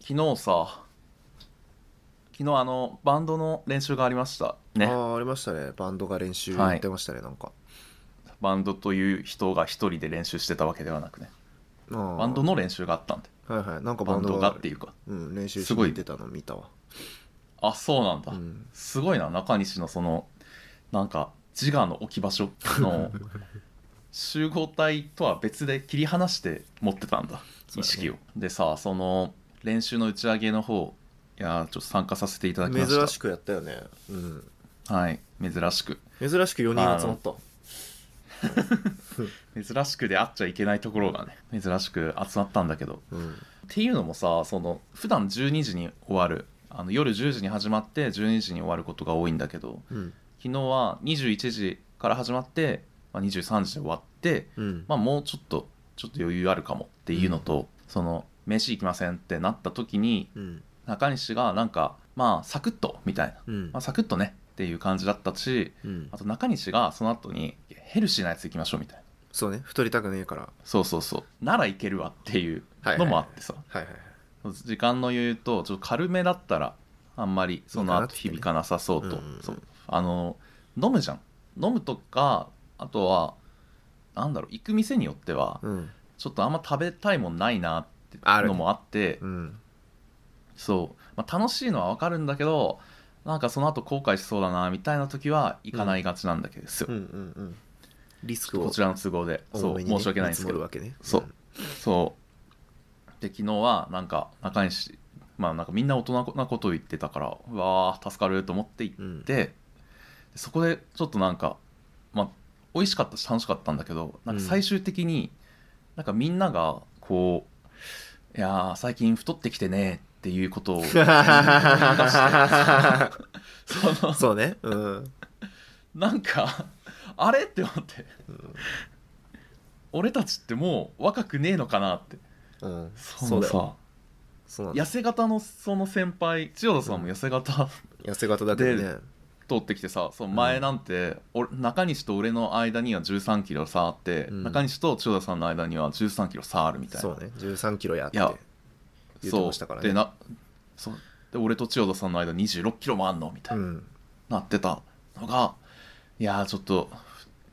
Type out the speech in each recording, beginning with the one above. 昨日さ昨日あのバンドの練習がありましたあねーありましたねバンドが練習やってましたね、なんかバンドという人が一人で練習してたわけではなくねババンドの練習があったんではいはいなんかババンンドドががっていうかうん、練習しすごいに行ってたの見たわあそうなんだ、うんすごいな中西のそのなんか自我の置き場所 の集合体とは別で切り離して持ってたんだそ意うだね識を、でさその練習の打ち上げの方いやーちょっと参加させていただきました珍しくやったよねうんはい珍しく珍しく4人集まった珍しくで会っちゃいけないところがね珍しく集まったんだけどうんっていうのもさその普段12時に終わるあの夜10時に始まって12時に終わることが多いんだけどうん昨日は21時から始まって、まあ、23時で終わって、うん、まあ、もうちょっとちょっと余裕あるかもっていうのと、その飯行きませんってなった時にうん中西がなんかまあサクッとみたいな、うんまあ、サクッとねっていう感じだったしうんあと中西がその後にヘルシーなやつ行きましょうみたいなそうね太りたくねえからそうそうそうならいけるわっていうのもあってさ、はいはいはい時間の余裕とちょっと軽めだったらあんまりそのいいかなっ後つってね響かなさそうとうんうんうんそうあの飲むじゃん飲むとかあとはなんだろう行く店によってはうんちょっとあんま食べたいもんないなってあるのもあってうんそう、まあ、楽しいのはわかるんだけどなんかその後後悔しそうだなみたいな時は行かないがちなんだけど、うんうんうんリスクをこちらの都合でそ多うめにね申し訳ないんですけ見積もるどわけねそうそうで昨日はなんか中西まあなんかみんな大人なことを言ってたからうわー助かると思って行っうんて、でそこでちょっとなんかまあ美味しかったし楽しかったんだけどなんか最終的になんかみんながこう「いやー最近太ってきてね」っていう ことをその そうねうんなんかあれって思ってうん俺たちってもう若くねえのかなってうんそそううだよさそうなんだ痩せ型のその先輩千代田さんも痩せ型痩せ型だけどね通ってきて さその前なんて、俺中西と俺の間には1 3キロ差あって、うん中西と千代田さんの間には1 3キロ差あるみたいなそうね1 3キロやっていや言ってましたからねそうでなそうで俺と千代田さんの間2 6キロもあんのみたういな、んなってたのがいやーちょっと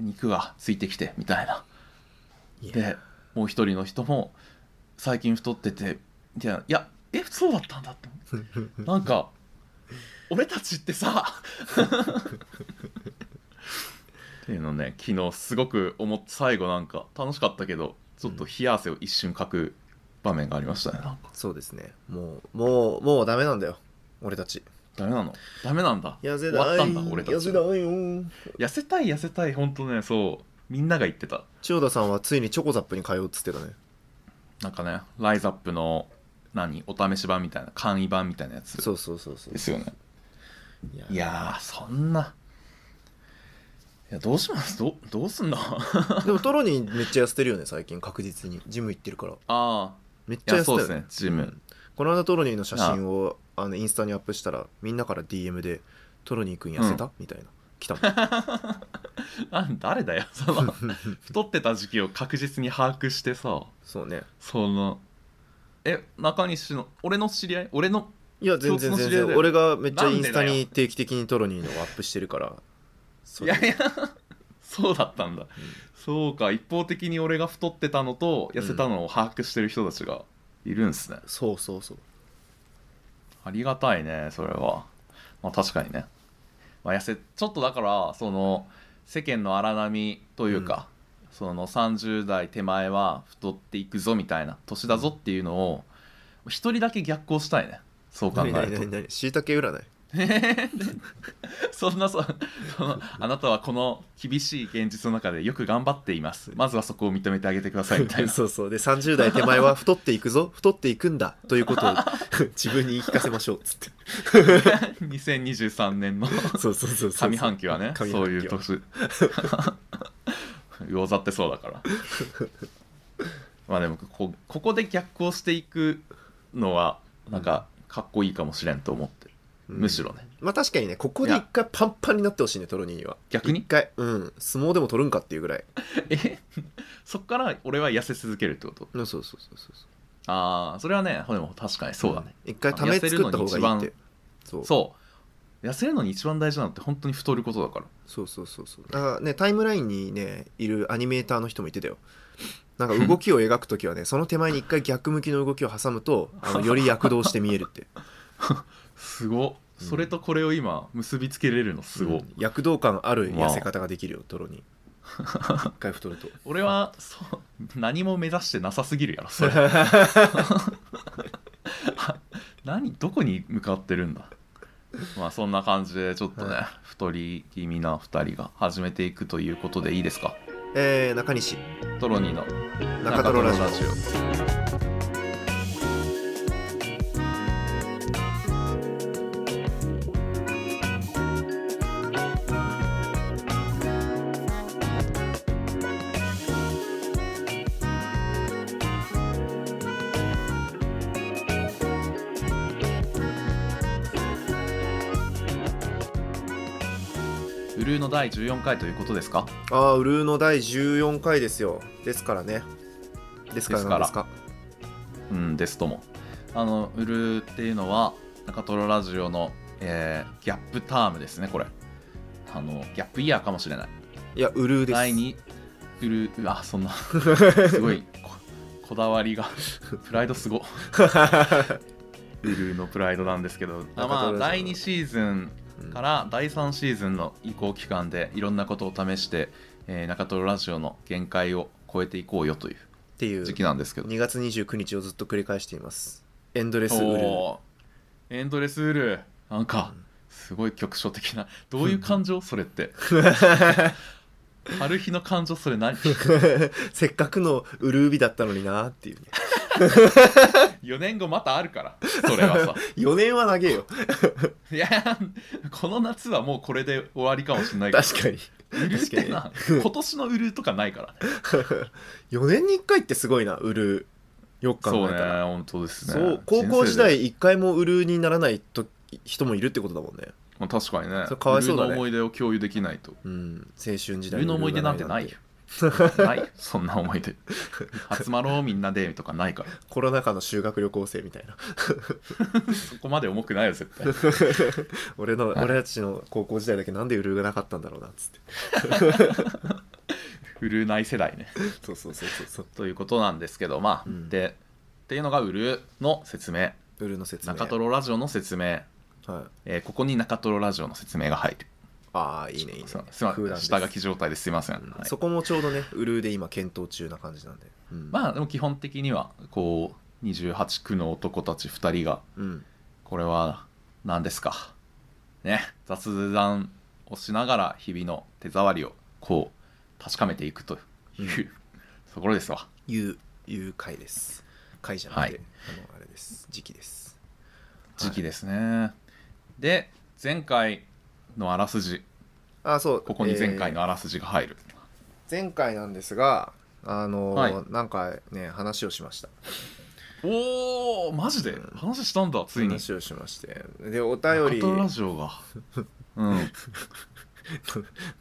肉がついてきてみたいないやでもう一人の人も最近太ってていやいやえそうだったんだ ってなんか俺たちってさっていうのね昨日すごく思っ最後なんか楽しかったけどちょっと冷や汗を一瞬かく場面がありましたねなんかそうですねもうもうもうダメなんだよ俺たちダメなのダメなんだ痩せ終わなっいたんだ俺たち痩せないよ痩せたい痩せたい本当ねそうみんなが言ってた千代田さんはついにチョコザップに通うっつってたねなんかねライザップの何お試し版みたいな簡易版みたいなやつそうそうそうそうですよねいやいやーそんないやどうしますどうどうすんの あでもトロニーめっちゃ痩せてるよね最近確実にジム行ってるからあめっちいゃや痩せそてうるですねジム、この間トロニーの写真をあのインスタにアップしたらみんなから DM で「トロニーくん痩せた?」みたいな来 たのあ誰だよ その太ってた時期を確実に把握してさそうねそのえ中西の俺の知り合い俺のいや全然共通の全知り合いだ然よ俺がめっちゃインスタなんでだよに定期的にトロニーのをアップしてるからそいれやいや そうだったんだ、そうか一方的に俺が太ってたのと痩せたのを把握してる人たちがいるんですね、そうそうそうありがたいねそれはまあ確かにね、まあ、痩せちょっとだからその世間の荒波というか、その30代手前は太っていくぞみたいな年だぞっていうのを一人だけ逆行したいねそう考える何と何何何しいたけ占い そんなそそのあなたはこの厳しい現実の中でよく頑張っていますまずはそこを認めてあげてくださいみ たいなそうそうで30代手前は太っていくぞ太っていくんだということを 自分に言い聞かせましょうっつって2023年のそうそうそうそう上半期はね上そう半いう期は 年魚座ってそうだからまあでもこここで逆行していくのはなんかかっこいいかもしれんと思ってる、うんむしろねまあ確かにねここで一回パンパンになってほしいねトロニーは逆に一回うん相撲でも取 るんかっていうぐらいえそっから俺は痩せ続けるってことうんそうそうそうそうそうああそれはねでも確かにそうだね、一回ため作った方がいいっ痩せるのに一てそうそうそう痩せるのに一番大事なのって本当に太ることだからそうそうそうそうだからねタイムラインにねいるアニメーターの人も言ってたよなんか動きを描く時はねその手前に一回逆向きの動きを挟むとあのより躍動して見えるってすごっうんそれとこれを今結びつけれるのすごっ、うん躍動感ある痩せ方ができるよ泥 に一回太ると俺はそう何も目指してなさすぎるやろそれ何どこに向かってるんだまあそんな感じでちょっとね、はい太り気味な2人が始めていくということでいいですか えー、中西トロニーの中トロラジオ中トロブルーの第14回ということですかああウルーの第14回ですよですからねですから何ですかうん、ですとも。あの、売るっていうのは、中トロラジオの、えーギャップタームですね、これ。あの、ギャップイヤーかもしれない。いやウルーです第2、売る、うわ、そんな、すごい、ここだわりが、プライドすご。売るのプライドなんですけど、あ中まトあ、ロラジオ第2シーズンうんから第3シーズンの移行期間で、いろんなことを試して、えー中トロラジオの限界を超えていこうよというっていう時期なんですけど。 2月29日をずっと繰り返していますエンドレスウルーおーエンドレスウールなんかすごい局所的などういう感 情それって春日の感情それ何 せっかくのウルー日だったのになーっていうね4年後またあるからそれは さ4年は長えよいやこの夏はもうこれで終わりかもしれないけど確かに ウルってな今年のウルとかないからね4年に1回ってすごいなウルーよくそ考うえねたら本当ですねそう,、高校時人生で代1回もウルーにならないと人もいるってことだもんねまあ確かにねそれかわいそうだウねルの思い出を共有できないとうん青春時ウ代ルの思い出なんてないよないよそんな思い 出集まろうみんなでとかないからコロナ禍の修学旅行生みたいなそこまで重くないよ絶対俺のはい俺たちの高校時代だけなんでウルーがなかったんだろうなっつって売るない世代ねそうそうそうそうそうということなんですけどまあ、うんでっていうのが売るの説明ウルーの説明中トロラジオの説明、はいえーここに中トロラジオの説明が入るああいいねいいねすすいませ空欄んです下書き状態ですいません、うんはいそこもちょうどねウルーで今検討中な感じなんで、うん、あまあでも基本的にはこう28区の男たち2人がうんこれは何ですかね雑談をしながら日々の手触りをこう確かめていくという、 ところですわいういう回です回じゃなくて、はあのあれです時期です時期で、ですね、で前回のあらすじあそうここに前回のえあらすじが入る、ー前回なんですがあのーはいなんかね話をしましたおおマジで、うん話したんだついに話をしましてでお中便りトロラジオ がうん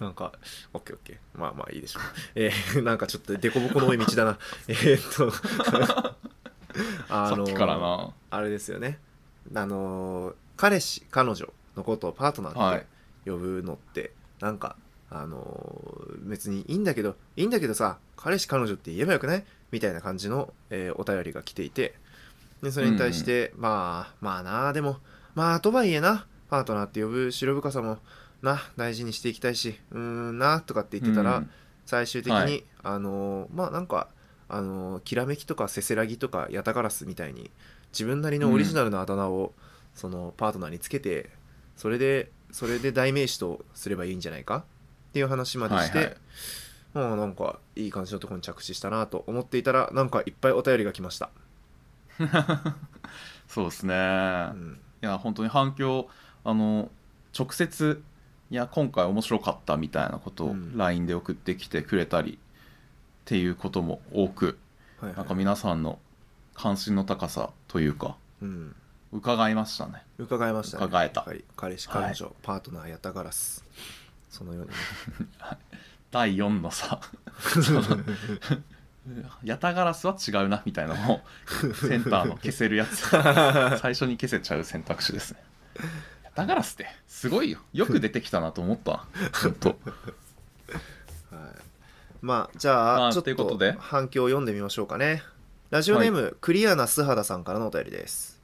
なんか、オッケーオッケー。まあまあいいでしょう。えーなんかちょっと凸凹の多い道だな。 えーっと、 さあっきからの、なあれですよね。あの、彼氏、彼女のことをパートナはーってい呼ぶのって、なんか、あの、別にいいんだけど、いいんだけどさ、彼氏、彼女って言えばよくないみたいな感じの、えーお便りが来ていて、でそれに対して、まあ、まあなあ、でも、まあ、とはいえな、パートナーって呼ぶ白深さも、な、大事にしていきたいし、うーんな、とかって言ってたら、うん最終的に、はいあのーまあなんか、あのーきらめきとかせせらぎとかヤタガラスみたいに自分なりのオリジナルのあだ名を、そのパートナーにつけてそれでそれで代名詞とすればいいんじゃないかっていう話までして、はいはい もうなんかいい感じのところに着地したなと思っていたらなんかいっぱいお便りが来ました、そうですね、うん、いや本当に反響あの直接いや今回面白かったみたいなことうをん LINE で送ってきてくれたりっていうことも多く、はいはなんかい、皆さんの関心の高さというかうん、伺いましたね伺いましたね伺えたはい、彼氏彼女、パートナーヤタガラス そのように第4のさヤタガラスは違うなみたいな のをセンターの消せるやつ最初に消せちゃう選択肢ですねヤタガラスってすごいよよく出てきたなと思った本当はい、まあじゃあ、まあちょっということでと反響を読んでみましょうかねラジオネーム、クリアな素肌さんからのお便りです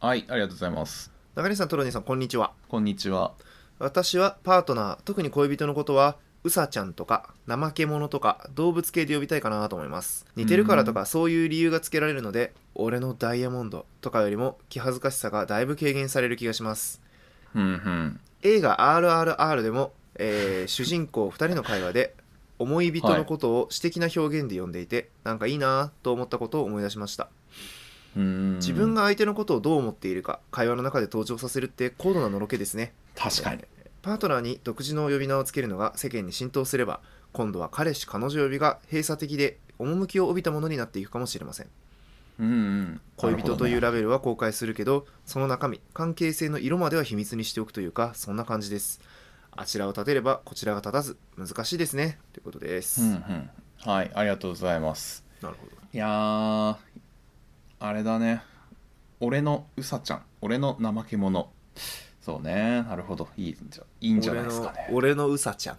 はいありがとうございます中西さんトロニーさんこんにちはこんにちは私はパートナー特に恋人のことはうさちゃんとか怠け者とか動物系で呼びたいかなと思います似てるからとかそういう理由がつけられるので俺のダイヤモンドとかよりも気恥ずかしさがだいぶ軽減される気がしますうんうん映画「RRR」でも、えー主人公2人の会話で思い人のことを詩的な表現で呼んでいて、なんかいいなぁと思ったことを思い出しましたうーん自分が相手のことをどう思っているか会話の中で登場させるって高度なのろけですね確かにパートナーに独自の呼び名をつけるのが世間に浸透すれば今度は彼氏彼女呼びが閉鎖的で趣を帯びたものになっていくかもしれませんうんうん恋人というなるラベルは公開するけどその中身関係性の色までは秘密にしておくというかそんな感じですあちらを立てればこちらが立たず難しいですねということです、ほどねうんうんはいありがとうございますなるほどいやーあれだね俺のうさちゃん俺の怠け者そうねなるほどいいんじゃいいんじゃないですかね俺のうさちゃん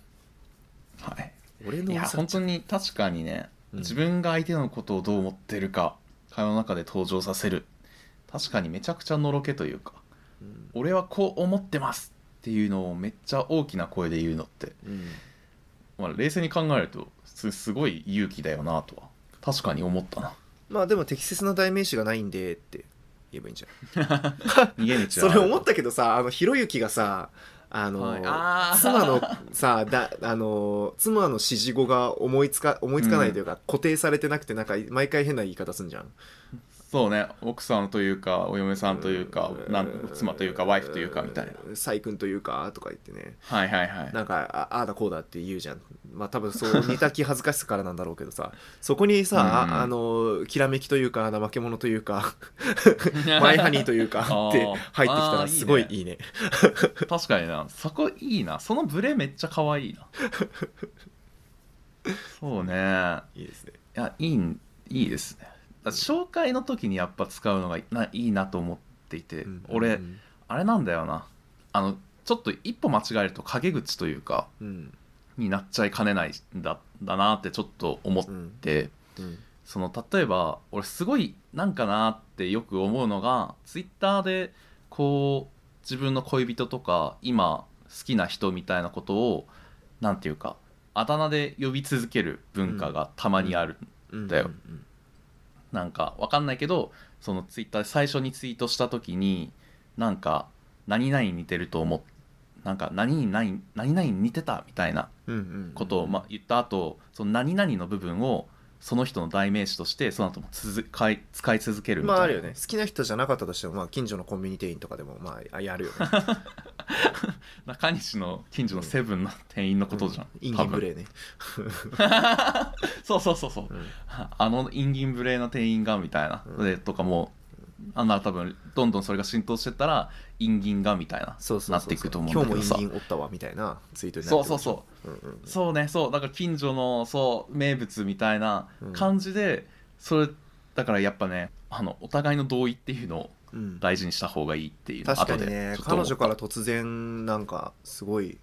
はい俺いのうやさ本ちゃ当んに確かにね、うん自分が相手のことをどう思ってるか会話の中で登場させる確かにめちゃくちゃのろけというかうん俺はこう思ってますっていうのをめっちゃ大きな声で言うのって、うんまあ、冷静に考えるとすすごい勇気だよなとは確かに思った なまあでも適切な代名詞がないんでって言えばいいんじゃない逃げ道はそれ思ったけどさあのひろゆきがさあの、はいあー妻のさだあの妻の指示語が思いつか思いつかないというか、固定されてなくてなんか毎回変な言い方すんじゃんそうね奥さんというかお嫁さんというかうんなん妻というかワイフというかみたいな細君というかとか言ってねはいはいはいなんかあああだこうだって言うじゃんまあ多分そう似た気恥ずかしさからなんだろうけどさそこにさ、うんあのきらめきというか怠け者とい うかマイハニーというかって入ってきたあーあらーすごいいいね 確かになそこいいなそのブレめっちゃ可愛いなそうねいいいですねやいいんいいですねだ紹介の時にやっぱ使うのがないいなと思っていて、うん俺うんあれなんだよなあのちょっと一歩間違えると陰口というかうんになっちゃいかねないんだだなってちょっと思っうんて、うんその例えば俺すごいなんかなってよく思うのがツイッターでこう自分の恋人とか今好きな人みたいなことをなんていうかあだ名で呼び続ける文化がたまにある、だようんなんかわかんないけどそのツイッターで最初にツイートした時になんか何々に似てると思っなんか何々何々に似てたみたいなうんうんことをまあ言った後その何々の部分をその人の代名詞としてその後も続かい使い続けるみたまいな、ああるよね好きな人じゃなかったとしても、まあ、近所のコンビニ店員とかでもまあやるよね中西の近所のセブンの店員の ことじゃん、インギ多ンブ分レーね、そうそうそうそううんあの陰銀無礼な店員がみたいな、うんでとかもあんな多分どんどんそれが浸透してったら陰銀がみたいなそうそうそうなっていくと思うん今だけ日もどインさギンおったわみたいなツイートになそうそうそうう、うんうん、そうねそうだから近所のそう名物みたいな感じで、それだからやっぱねあのお互いの同意っていうのをうん大事にした方がいいっていうの確かに後ねでちょっと彼女から突然なんかすごい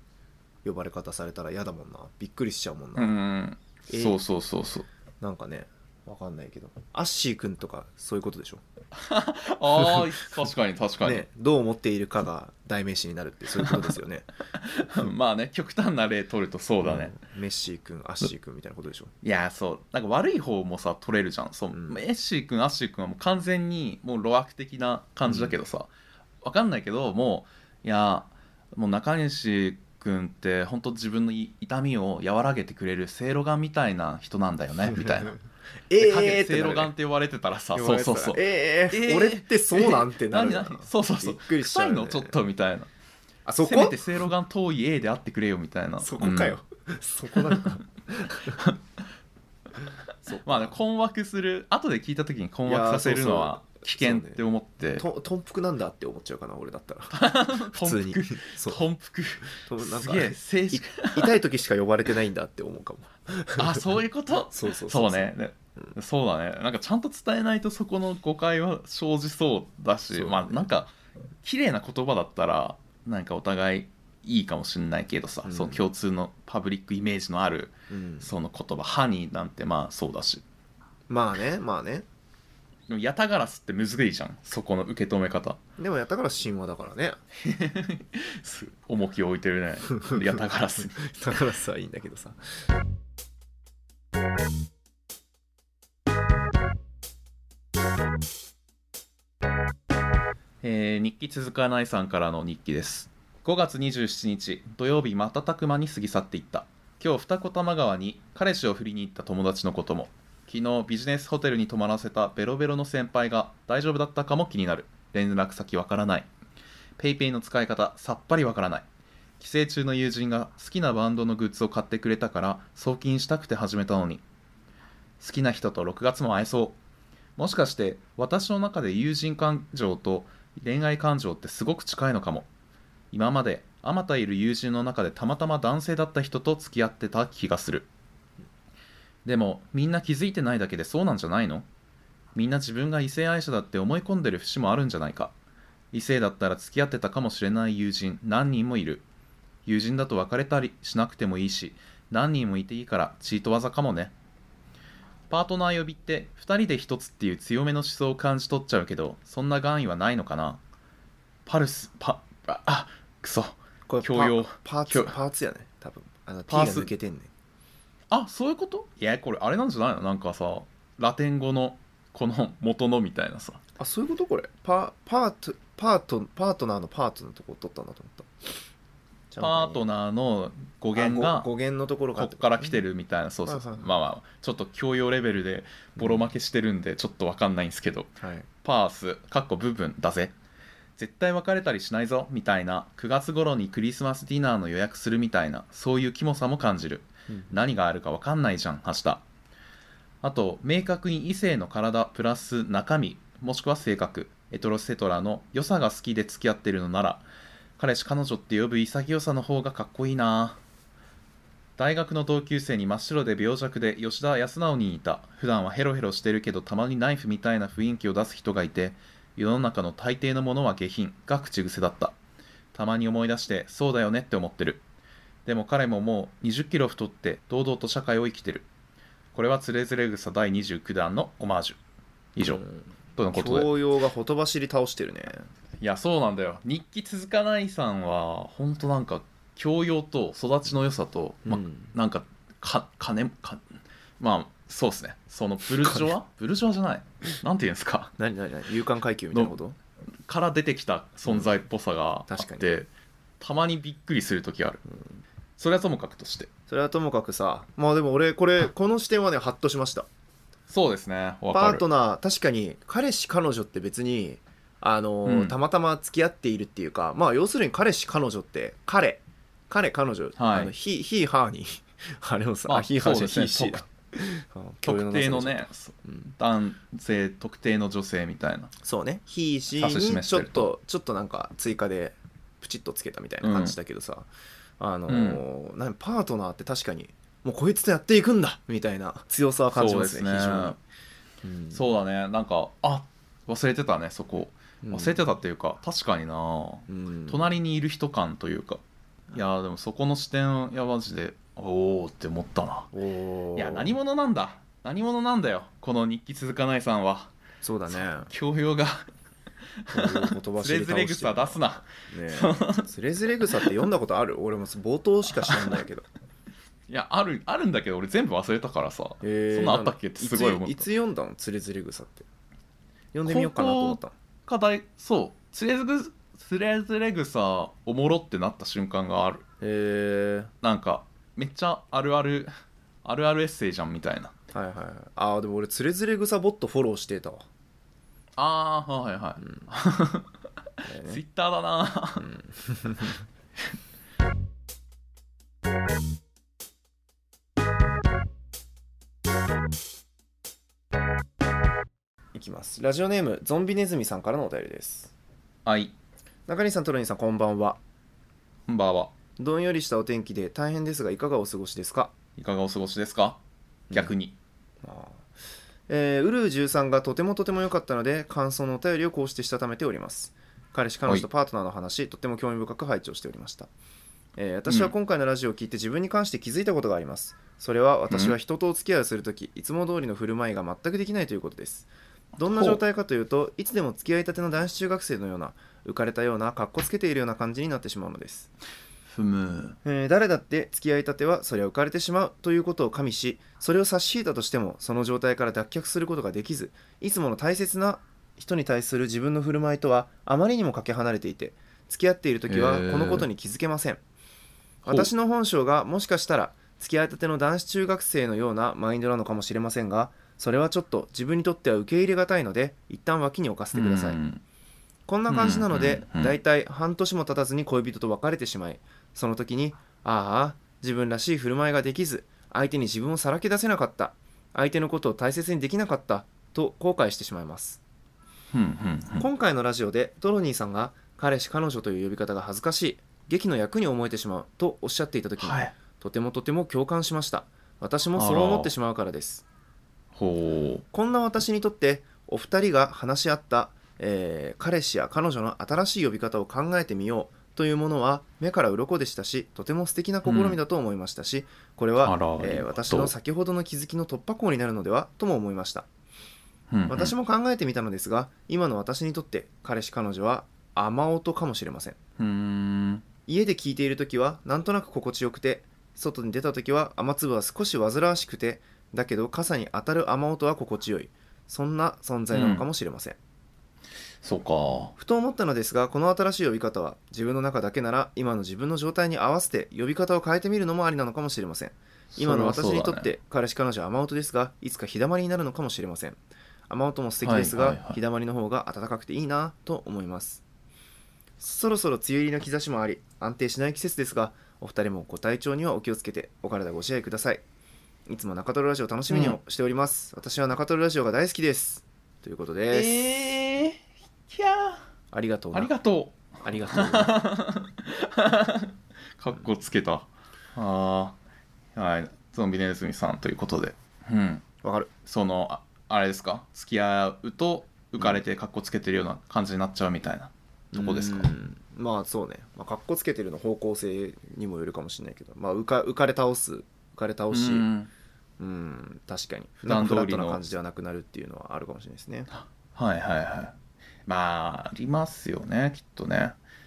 呼ばれ方されたら嫌だもんなびっくりしちゃうもんな、うんえそうそうそうそうなんかねわかんないけどアッシーくんとかそういうことでしょ、ああ確かに確かに、 ね、どう思っているかが代名詞になるってそういうことですよね まあね極端な例取るとそうだね、うんメッシーくんアッシーくんみたいなことでしょいやーそうなんか悪い方もさ取れるじゃんそう、うんエッシー君アッシー君はもう完全にもう路悪的な感じだけどさ、わかんないけどもういやーもう中西君って本当自分のい痛みを和らげてくれるせいろがんみたいな人なんだよねみたいな え影えー、せっていなるろねがんって呼ばれてたらさ言そわうそうれてたそらうえーえーえー俺ってそうなんてなる何々そうそうそうびっくりしちゃ臭うよいねのちょっとみたいなあそせめこてせいろがん遠い A であってくれよみたいなそこかよ、、そ こなんかそううんまあね困惑する後で聞いた時に困惑させるのは危険って思って、ととんぷくなんだって思っちゃうかな俺だったら普通 にとんぷそくうとんぷくとなんすかげえ静止痛い時しか呼ばれてないんだって思うかもあそういうことそうそうそうねねそうだねなんかちゃんと伝えないとそこの誤解は生じそうだしそうだねまあなんか綺麗な言葉だったらなんかお互いいいかもしれないけどさ、うんその共通のパブリックイメージのあるうんその言葉「ハニー」なんてまあそうだしまあねまあねでもヤタガラスってむずいじゃんそこの受け止め方でもやったから神話だか らねす重きを置いてるねヤタガラスにだからさいいんだけどさえー日記続かないさんからの日記です5月27日土曜日瞬く間に過ぎ去っていった今日二子玉川に彼氏を振りに行った友達のことも昨日ビジネスホテルに泊まらせたベロベロの先輩が大丈夫だったかも気になる連絡先わからないペイペイの使い方さっぱりわからない帰省中の友人が好きなバンドのグッズを買ってくれたから送金したくて始めたのに好きな人と6月も会えそうもしかして私の中で友人感情と恋愛感情ってすごく近いのかも今まであまたいる友人の中でたまたま男性だった人と付き合ってた気がするでもみんな気づいてないだけでそうなんじゃないのみんな自分が異性愛者だって思い込んでる節もあるんじゃないか異性だったら付き合ってたかもしれない友人何人もいる友人だと別れたりしなくてもいいし何人もいていいからチート技かもねパートナー呼びって2人で1つっていう強めの思想を感じ取っちゃうけどそんな願意はないのかなパルスパああクソこれ教養パー教ツパーツやね多分あの T パがーツ抜けてんねあそういうこといやこれあれなんじゃないのなんかさラテン語のこの元のみたいなさあそういうことこれパパートパートパートナーのパートのとこ取ったんだと思ったちゃんとねパートナーの語源あがご語こ源のところっから来てるるみたいなそうそうはいはいはいまあまあちょっと教養レベルでボロ負けしてるんでちょっとわかんないんですけどはいパースかっこ部分だぜ絶対別れたりしないぞみたいな9月頃にクリスマスディナーの予約するみたいなそういうキモさも感じる何があるか分かんないじゃん明日あと明確に異性の体プラス中身もしくは性格エトロセトラの良さが好きで付き合ってるのなら彼氏彼女って呼ぶ潔さの方がかっこいいな大学の同級生に真っ白で病弱で吉田康直にいた普段はヘロヘロしてるけどたまにナイフみたいな雰囲気を出す人がいて世の中の大抵のものは下品が口癖だったたまに思い出してそうだよねって思ってるでも彼ももう20キロ太って堂々と社会を生きてる。これはつれづれ草第29弾のオマージュ。以上。とのことで。教養がほとばしり倒してるねいや、そうなんだよ。日記続かないさんは、ほんとなんか、教養と育ちの良さと、まあうんなんか、か、金、か、まあ、そうですね。そのブルジョワブルジョワじゃない。なんていうんですか。何何何勇敢階級みたいなことから出てきた存在っぽさがあうんっ確かにて、たまにびっくりする時がある。それはともかくとして。それはともかくさまあでも俺これこの視点はねハッとしましたそうですね。わパかーるト。ナー確かに彼氏彼女って別にあの、うんたまたま付き合っているっていうかまあ要するに彼氏彼女って彼彼彼女、はいあのひひハーに あれもさまああひハーじゃんそうでひすしねだ あ共有特定のなさね、そううん男性特定の女性みたいなそうねひし指しに示しちょてっるとちょっとなんか追加でプチッとつけたみたいな感じだけどさ、あのーなんパートナーって確かにもうこいつとやっていくんだみたいな強さは感じますねそうですね非常に、うんそうだねなんかあ忘れてたねそこうん忘れてたっていうか、確かになうん隣にいる人感というかいやでもそこの視点いやマジでおおって思ったなおーいや何者なんだ何者なんだよこの日記続かないさんはそうだね。 教養がこういう言葉つれづれ草出すなねえつれずれ草って読んだことある俺も冒頭しか知らないけど。いやあるあるんだけど俺全部忘れたからさえ そーんなんあったっけってすごい思ったつつ読んだのつれずれ草って。読んでみようかなと思ったの。課題そうつれづれつれづれ草おもろってなった瞬間があるえなんかめっちゃあるあるあるあるエッセイじゃんみたいなー、はいはいはい。ああ、でも俺つれずれ草ボットフォローしてたわ。ああはいはうんだよいツイッねターだな うんいきますラジオネームゾンビネズミさんからのお便りですはい中西さんトロニーさんこんばんはこんばんはどんよりしたお天気で大変ですがいかがお過ごしですかいかがお過ごしですか逆に、ああえーウルー13がとてもとても良かったので感想のお便りをこうしてしたためております彼氏彼女とパートナーの話、とても興味深く拝聴しておりました、えー私は今回のラジオを聞いて自分に関して気づいたことがありますそれは私は人とお付き合いをするとき、いつも通りの振る舞いが全くできないということですどんな状態かというといつでも付き合いたての男子中学生のような浮かれたようなかっこつけているような感じになってしまうのですふむえー誰だって付き合いたてはそれは浮かれてしまうということを加味しそれを差し引いたとしてもその状態から脱却することができずいつもの大切な人に対する自分の振る舞いとはあまりにもかけ離れていて付き合っている時はへーこのことに気づけません、ほう私の本性がもしかしたら付き合いたての男子中学生のようなマインドなのかもしれませんがそれはちょっと自分にとっては受け入れがたいので一旦脇に置かせてください、うんこんな感じなので、うんうんうんだいたい半年も経たずに恋人と別れてしまい、その時に、ああ、自分らしい振る舞いができず、相手に自分をさらけ出せなかった、相手のことを大切にできなかった、と後悔してしまいます。ふんふんふん今回のラジオで、トロニーさんが、彼氏彼女という呼び方が恥ずかしい、劇の役に思えてしまう、とおっしゃっていた時に、はいとてもとても共感しました。私もそう思ってしまうからです。ほうこんな私にとってお二人が話し合った、えー彼氏や彼女の新しい呼び方を考えてみようというものは目から鱗でしたしとても素敵な試みだと思いましたし、これはあら、ありえーがとう私の先ほどの気づきの突破口になるのではとも思いましたふんふん私も考えてみたのですが今の私にとって彼氏彼女は雨音かもしれませんうーん家で聞いている時はなんとなく心地よくて外に出た時は雨粒は少し煩わしくてだけど傘に当たる雨音は心地よいそんな存在なのかもしれません、そうかふと思ったのですがこの新しい呼び方は自分の中だけなら今の自分の状態に合わせて呼び方を変えてみるのもありなのかもしれません今の私にとっそれはそうだねて彼氏彼女は雨音ですがいつか日だまりになるのかもしれません雨音も素敵ですが、はいはいはい日だまりの方が暖かくていいなと思いますそろそろ梅雨入りの兆しもあり安定しない季節ですがお二人もご体調にはお気をつけてお体ご自愛くださいいつも中トロラジオ楽しみにしております、私は中トロラジオが大好きですということです、えー、いやありがとうーあなりがとありがとうなう かっこつけたあーはいゾンビネズミさんということでうんわかるそのああれですか付き合うと浮かれてかっこつけてるような感じになっちゃうみたいなとこですかうんまあそうね、まあ、かっこつけてるの方向性にもよるかもしれないけど、まあ、浮か浮かれ倒す浮かれ倒しううんん確かに普段通りのなんかフラットな感じではなくなるっていうのはあるかもしれないですねはいはいはいまあありますよねきっとね、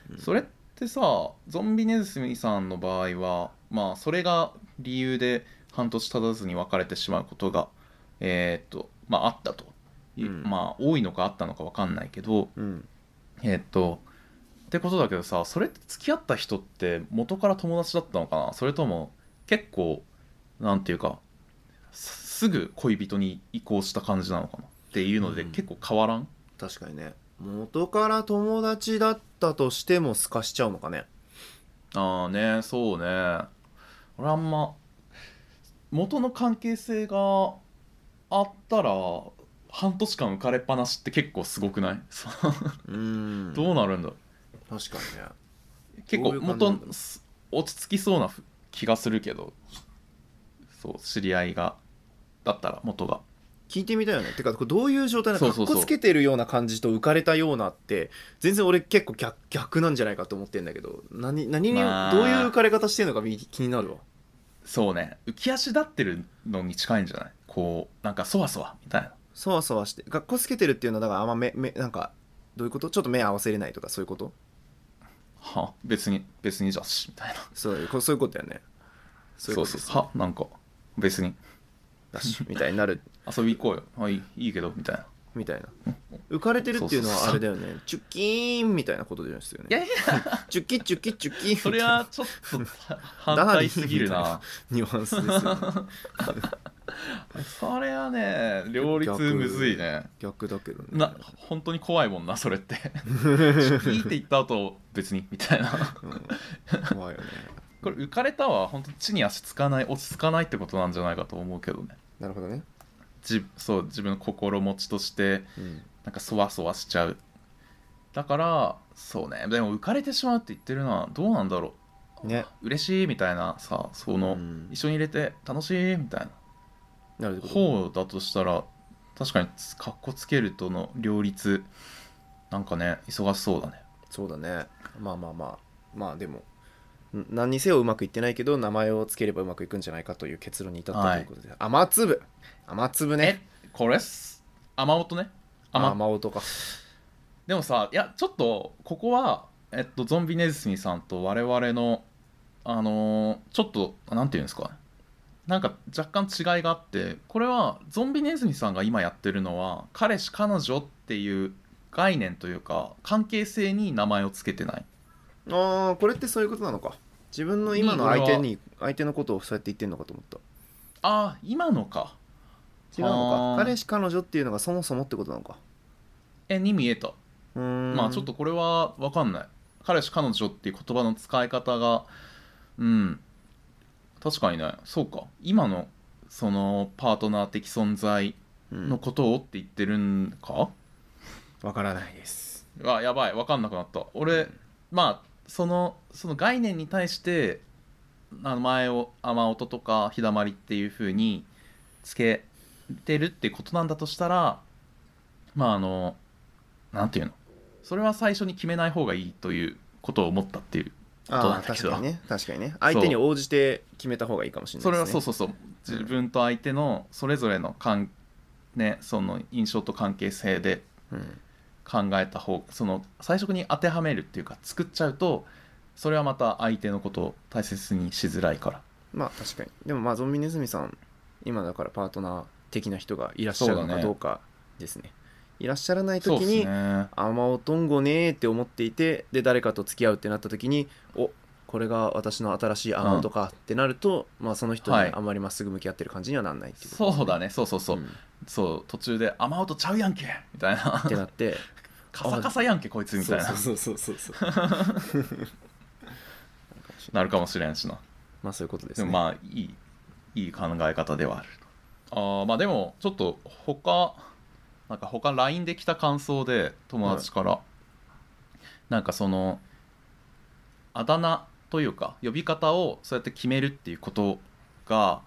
うんそれってさゾンビネズミさんの場合はまあそれが理由で半年経たずに別れてしまうことがえーっとまああったと、いうんまあ多いのかあったのか分かんないけどうんえーっとってことだけどさそれって付き合った人って元から友達だったのかなそれとも結構なんていうかすすぐ恋人に移行した感じなのかなっていうのでうん結構変わらん、確かにね元から友達だったとしても透かしちゃうのかねああねそうね俺あんま元の関係性があったら半年間浮かれっぱなしって結構すごくない そううんどうなるんだろ確かにねう結構どういう感じなんだろ元す落ち着きそうなふ気がするけどそう知り合いがだったら元が聞いてみたいよねてかこれどういう状態なそのうそかうっそうこつけてるような感じと浮かれたようなって全然俺結構逆逆なんじゃないかと思ってんだけど何何に、まあどういう浮かれ方してるのかみ気になるわそうね浮き足立ってるのに近いんじゃないこうなんかそわそわみたいなそわそわして学校つけてるっていうのはだからあんま目目なんかどういうことちょっと目合わせれないとかそういうことは別に別にじゃあしみたいなそうこそういうことだよねそういそううことそでうすはなんか別にだしみたいになる遊び行こうよあいいいいけどみたいなみたいな浮かれてるっていうのはあれだよねチュッキーンみたいなことですよねやいやチュッキチュッキチュッキそれはちょっと反ダーリ対ンすぎるなみ たいなニュアンスですよね それはね両立むずいね逆だけどねな本当に怖いもんなそれって いいって言った後別にみたいなうん、怖 いよねこれ浮かれたは本当地に足つかない落ち着かないってことなんじゃないかと思うけどねなるほどねじそう自分の心持ちとしてうんなんかそわそわしちゃうだからそうねでも浮かれてしまうって言ってるのはどうなんだろうね嬉しいみたいなさその、うん一緒に入れて楽しいみたいななるほど方だとしたら確かにかっこつけるとの両立なんかね忙しそうだねそうだねまあまあまあまあでもん何にせようまくいってないけど名前をつければうまくいくんじゃないかという結論に至ったということで、雨粒雨粒ねえこれっす雨音ね雨雨音かでもさいやちょっとここは、えっと、ゾンビネズミさんと我々のあのーちょっとなんていうんですかなんか若干違いがあってこれはゾンビネズミさんが今やってるのは彼氏彼女っていう概念というか関係性に名前をつけてないああこれってそういうことなのか自分の今の相手に相手のことをそうやって言ってんのかと思ったああ今のか違うのあーか彼氏彼女っていうのがそもそもってことなのかえに見えたうーんまあちょっとこれは分かんない彼氏彼女っていう言葉の使い方がうん確かにねそうか今のそのパートナー的存在うんのことをって言ってるんか、わからないですうわやばい分かんなくなった俺まあそのその概念に対して名前を雨音とか日だまりっていう風につけてるってことなんだとしたらまああのなんていうのそれは最初に決めない方がいいということを思ったっていうことなあんあだけ確どかにね確かにね相手に応じて決めた方がいいかもしれないそれではすそうねそうそう自分と相手のそれぞれの関ねその印象と関係性でうん考えた方その最初に当てはめるっていうか作っちゃうとそれはまた相手のことを大切にしづらいからまあ確かにでもまあゾンビネズミさん今だからパートナー的な人がいらっしゃるそのうだかねどうかですねいらっしゃらないそう時ですにねあまおとんごねーって思っていてで誰かと付き合うってなった時におこれが私の新しいあまおとかってなると、まあその人にはいあんまりまっすぐ向き合ってる感じにはなんないっていうことそうだねそうそうそう、んっそう途中で「雨音ちゃうやんけ」みたいなてなって カサカサやんけこいつみたいなそうそうそうそうそうなるかもしれんしな まあそういうことでですもねまあいいいい考え方ではあるあーまあでもちょっと他なんか他 LINE で来た感想で友達から、なんかそのあだ名というか呼び方をそうやって決めるっていうことが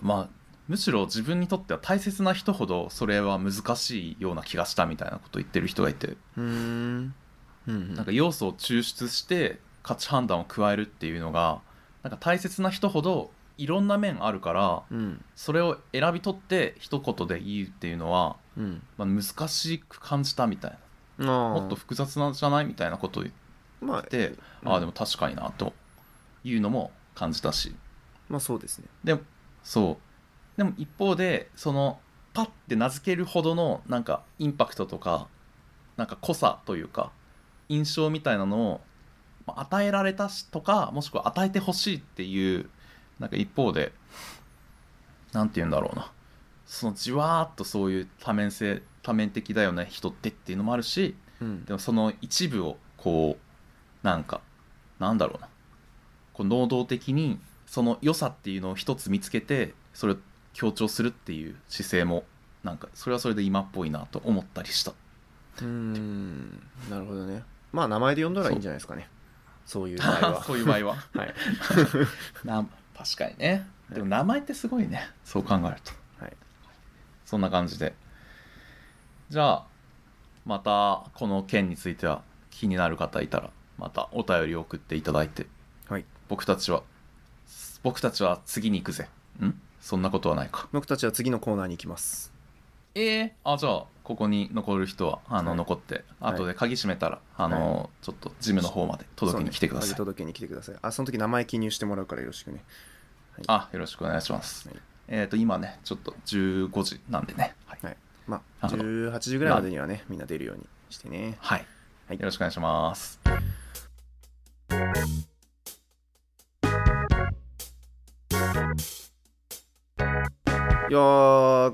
まあむしろ自分にとっては大切な人ほどそれは難しいような気がしたみたいなことを言ってる人がいてうーんうんなんか要素を抽出して価値判断を加えるっていうのがなんか大切な人ほどいろんな面あるからうんそれを選び取って一言で言うっていうのは、うんまあ、難しく感じたみたいなももっと複雑なんじゃないみたいなことを言まあって、うんああでも確かになというのも感じたしまあそうですねでもそうでも一方でそのパッて名付けるほどのなんかインパクトとかなんか濃さというか印象みたいなのをまあ与えられたしとかもしくは与えてほしいっていうなんか一方でなんて言うんだろうなそのじわーっとそういう多面性多面的だよね人ってっていうのもあるしうんでもその一部をこうなんかなんだろうなこう能動的にその良さっていうのを一つ見つけてそれを強調するっていう姿勢もなんかそれはそれで今っぽいなと思ったりしたうーんなるほどねまあ名前で呼んだらいいんじゃないですかねそういう場合 はそういう場合ははいな確かにねでも名前ってすごいねそう考えるとはいそんな感じでじゃあまたこの件については気になる方いたらまたお便りを送っていただいてはい僕たちは僕たちは次に行くぜんそんなことはないか僕たちは次のコーナーに行きますええあじゃあここに残る人はあの、はい残ってはい後で鍵閉めたら、あのちょっとジムの方まで届けに来てください、そうね届けに来てくださいあその時名前記入してもらうからよろしくねあよろしくお願いします、はいえっ、と今ねちょっと15時なんでねはい、はいまああの18時ぐらいまでにはねみんな出るようにしてねはいはいよろしくお願いしますいやー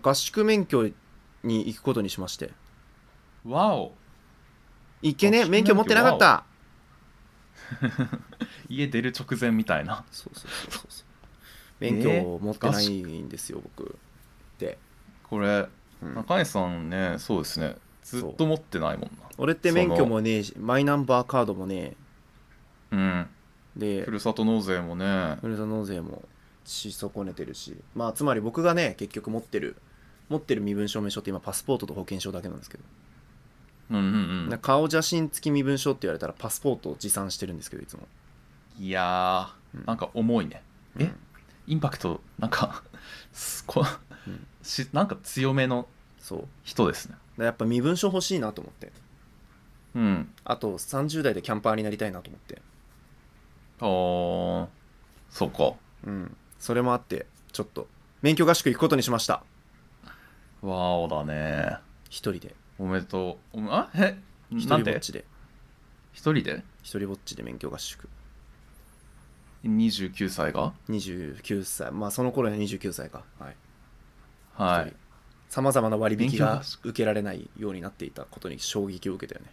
合宿免許に行くことにしましてわおいけね合宿免許持ってなかった家出る直前みたいなそうそうそうそうそう免許を持ってないんですよ、僕でこれうん中西さんねそうですねずっと持ってないもん俺って免許もねえしマイナンバーカードもねなうんえでふるさと納税もねふるさと納税もし損ねてるしまあつまり僕がね結局持ってる持ってる身分証明書って今パスポートと保険証だけなんですけど、うんうんうなんんか顔写真付き身分証って言われたらパスポートを持参してるんですけどいつも、いやうんーなんか重いねえうんインパクトなんかすこうんしなんか強めのそうだか人ですねらやっぱ身分証欲しいなと思ってうんあと30代でキャンパーになりたいなと思ってあーそうかうんそれもあってちょっと免許合宿行くことにしましたわおだね一人でおめでとうおめあえ一な人んぼってちで一人で一人ぼっちで免許合宿29歳が29歳まあその頃は29歳かはいはいさまざまな割引免許が合宿受けられないようになっていたことに衝撃を受けたよね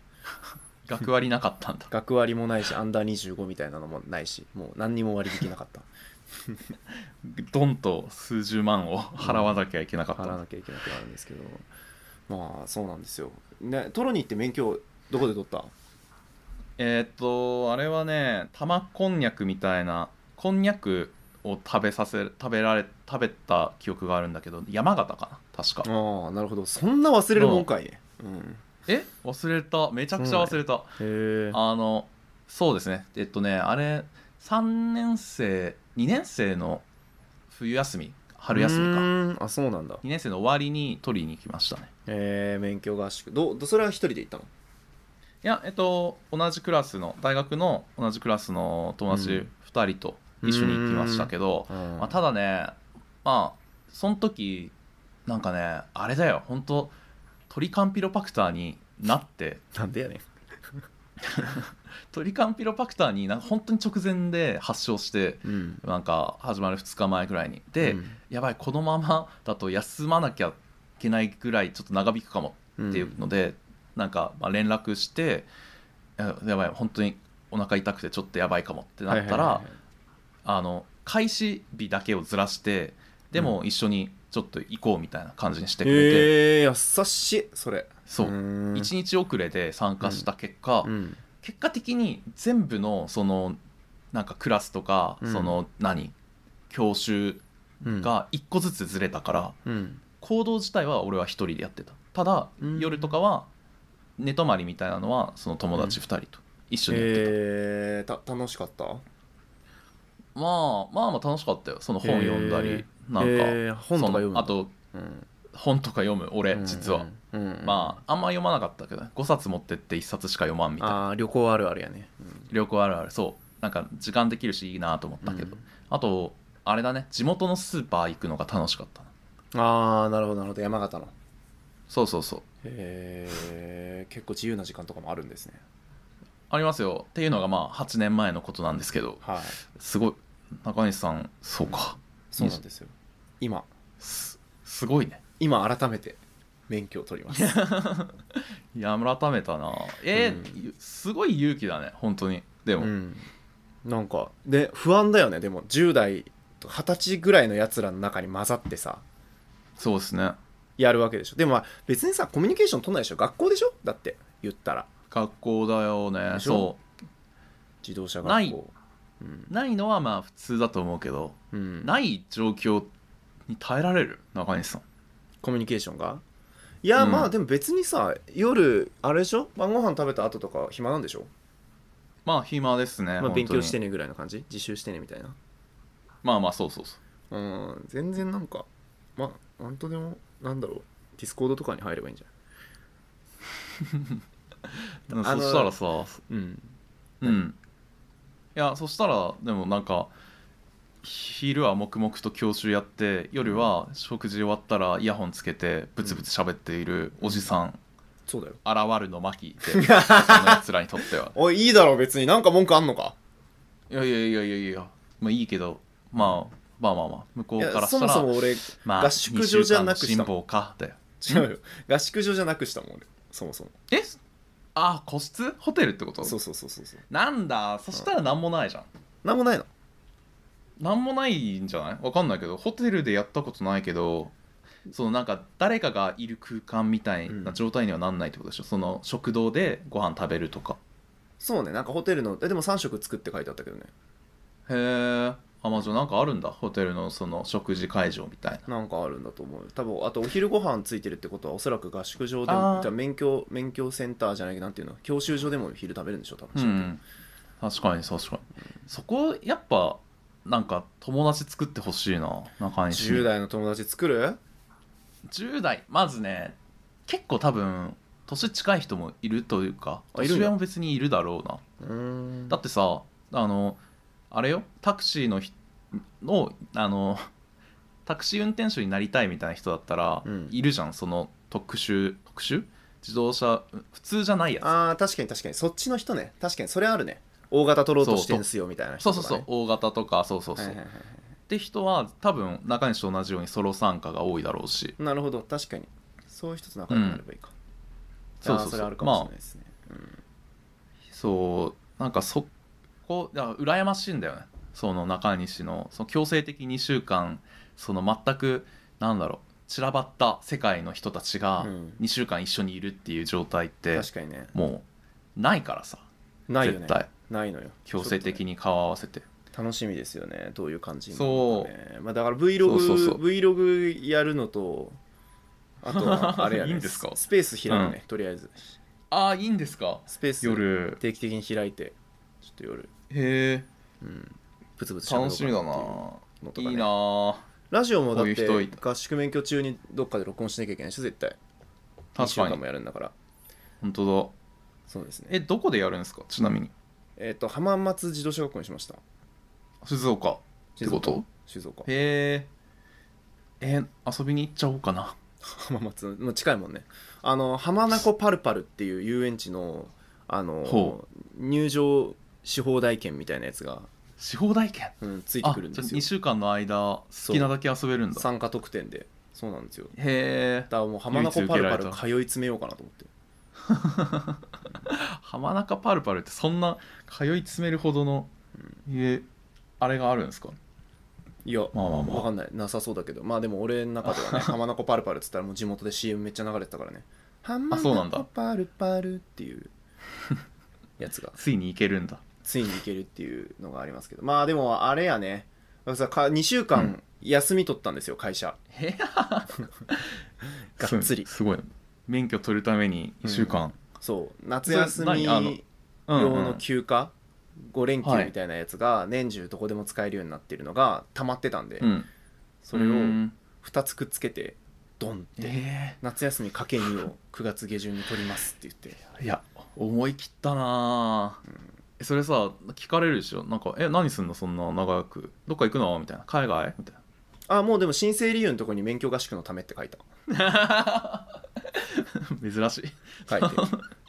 学割なかったんだ 学割もないしアンダー25みたいなのもないしもう何にも割引なかった ドンと数十万を 払わなきゃいけなかった払わんだなきゃいけなくなるんですけどまあそうなんですよね取りに行って免許どこで取ったえーっとあれはね玉こんにゃくみたいなこんにゃくを食べさせ食べられ食べた記憶があるんだけど山形かな確かああなるほどそんな忘れるもんかいねうんえ忘れためちゃくちゃ忘れた、へえあのそうですねえっとねあれ3年生2年生の冬休み春休みかみかあそうなんだ2年生の終わりに取りに行きましたねえー、免許合宿どどそれは一人で行ったのいやえっと同じクラスの大学の同じクラスの友う達ん2人と一緒に行きましたけど、うんまあ、ただねまあその時なんかねあれだよ本当鳥カンピロパクターになってなんでやねん鳥カンピロパクターになんか本当に直前で発症してうんなんか始まる2日前くらいにで、うんやばいこのままだと休まなきゃいけないぐらいちょっと長引くかもっていうので、なんかまあ連絡して「あやばい本当にお腹痛くてちょっとやばいかも」ってなったはいはいらはいはいあの開始日だけをずらしてでも一緒にちょっと行こうみたいな感じにしてくれて、えー、優しいそれそうーん1日遅れで参加した結果、うん結果的に全部のそのなんかクラスとか、うんその何教習うんが1個ずつずれたから。うん行動自体は俺は一人でやってたただ、うん夜とかは寝泊まりみたいなのはその友達2人と一緒にやってた、えー、た楽しかったまあまあまあ楽しかったよその本読んだりなんか、えー、本とか読そむのあ、とうん本とか読む俺実は、、うんうんうんまああんま読まなかったけどね5冊持ってって1冊しか読まんみたいなあー旅行あるあるやね、うん旅行あるあるそうなんか時間できるしいいなと思ったけど、あとあれだね地元のスーパー行くのが楽しかったなああなるほどなるほど山形のそうそうそうえー、結構自由な時間とかもあるんですねありますよっていうのがまあ8年前のことなんですけどはいすごい中西さんそうかそうなんですよ今すすごいね今改めて免許を取りますいや改めたなえーすごい勇気だね本当にでも、うんなんかで不安だよねでも10代と20歳ぐらいのやつらの中に混ざってさそうですねやるわけでしょでもまあ別にさコミュニケーション取んないでしょ学校でしょだって言ったら学校だよねでしそょ自動車学校ないうんうないのはまあ普通だと思うけどうん、ない状況に耐えられる中西さんコミュニケーションがいや、うんまあでも別にさ夜あれでしょ晩ご飯食べた後とか暇なんでしょ、まあ暇ですね、まあ、本当勉に強してねぐらいの感じ自習してねみたいなまあまあそうそうそううん全然なんかまあなんとでもなんだろうディスコードとかに入ればいいんじうんあそのしたらさゃないうんうんいやそしたらでもなんか昼は黙々と教習やって夜は食事終わったらイヤホンつけてブツブツ喋っているおじさんそ うだよ現るの巻ってそのやつらにとっては おいいいだろ別になんか文句あんのかいやいやいやいやいやまあいいけどまあまあまあまあ向こういやからしそたもらそも俺まあ合宿所じゃなくした二週間の辛抱かだよ違うよ合宿所じゃなくしたもん俺そもそもえあ個室ホテルってことそうそうそうそうそうなんだそしたら何もないじゃんなんもないの何もないんじゃないわかんないけどホテルでやったことないけどそのなんか誰かがいる空間みたいな状態にはなんないってことでしょ、その食堂でご飯食べるとかそうねなんかホテルのえでも3食作って書いてあったけどねへえあまあじゃあなんかあるんだホテルのその食事会場みたいななんかあるんだと思うよ多分あとお昼ご飯ついてるってことはおそらく合宿場であもーじゃあ免許免許センターじゃないけどなんていうの教習所でも昼食べるんでしょ多う分、ん、確かに確かにそこやっぱなんか友達作ってほしいな中西10代の友達作る10代まずね結構多分年近い人もいるというかあいる年んだ上も別にいるだろうなうーんだってさあのあれよタクシーのひのあのタクシー運転手になりたいみたいな人だったら、うんいるじゃんその特殊特殊自動車普通じゃないやつあー確かに確かにそっちの人ね確かにそれあるね大型取ろうとしてんすよみたいなそ人うそうそう、大型とかそうそうそう、はいはいはいはって人は多分中西と同じようにソロ参加が多いだろうしいなるほど確かにそういう人と仲良くなればいいか、あそうあそうそそうれあるかもしれまなあいですね、うんそうなんかそこいや羨ましいんだよねその中西のその強制的2週間その全くなんだろう散らばった世界の人たちがうん2週間一緒にいるっていう状態って確かにねもうないからさないよね絶対ないのよ強制ちょっとね的に顔合わせて楽しみですよねどういう感じにそうなるかねまあ、だから Vlog そうそうそう Vlog やるのとあとは あれやねいいんですかススペース開くね、とりあえずああいいんですかスペース夜定期的に開いてちょっと夜、へうん、ブツブツえ喋楽ろうかしみだっていうのなとかねいいなラジオもだっこうていう人合宿免許中にどっかで録音しなきゃいけないでしょ絶対2確週か間にもやるんだから本当そうですだえねどこでやるんですかちなみにえっ、と浜松自動車学校にしました静岡ってこと静岡へええー遊びに行っちゃおうかな浜松の 近いもんねあの浜名湖パルパルっていう遊園地のあのほ入場し放題券みたいなやつが、司法大券うん、ついてあくるんじでゃ2すよ週間の間好きなだけ遊べるんだ参加特典でそうなんですよへえだからもう浜名湖パ唯一受けルパらルれた通い詰めようかなと思って浜中パルパルってそんな通い詰めるほどの、えあれがあるんですかいやまあまあわまかあんないなさそうだけどまあでも俺の中では ね浜名湖パルパルっつったらもう地元で CM めっちゃ流れてたからね浜名そうなんだ湖パルパルっていうやつがついに行けるん だついに行けるっていうのがありますけどまあでもあれやねさか2週間休み取ったんですよ会社へえがっつりすすごい免許取るために1週間、そう夏休みそれ何あのうんうん用の休暇5連休みたいなやつが年中どこでも使えるようになってるのが溜まってたんでうんそれをうん2つくっつけてドンってえ夏休みかけ2を9月下旬に取りますって言ってえいや思い切ったなあ、えそれさ聞かれるでしょなんか「え何すんのそんな長くどっか行くの?」みたいな「海外?」みたいなあもうでも申請理由のとこに免許合宿のためって書いた 珍しい書い て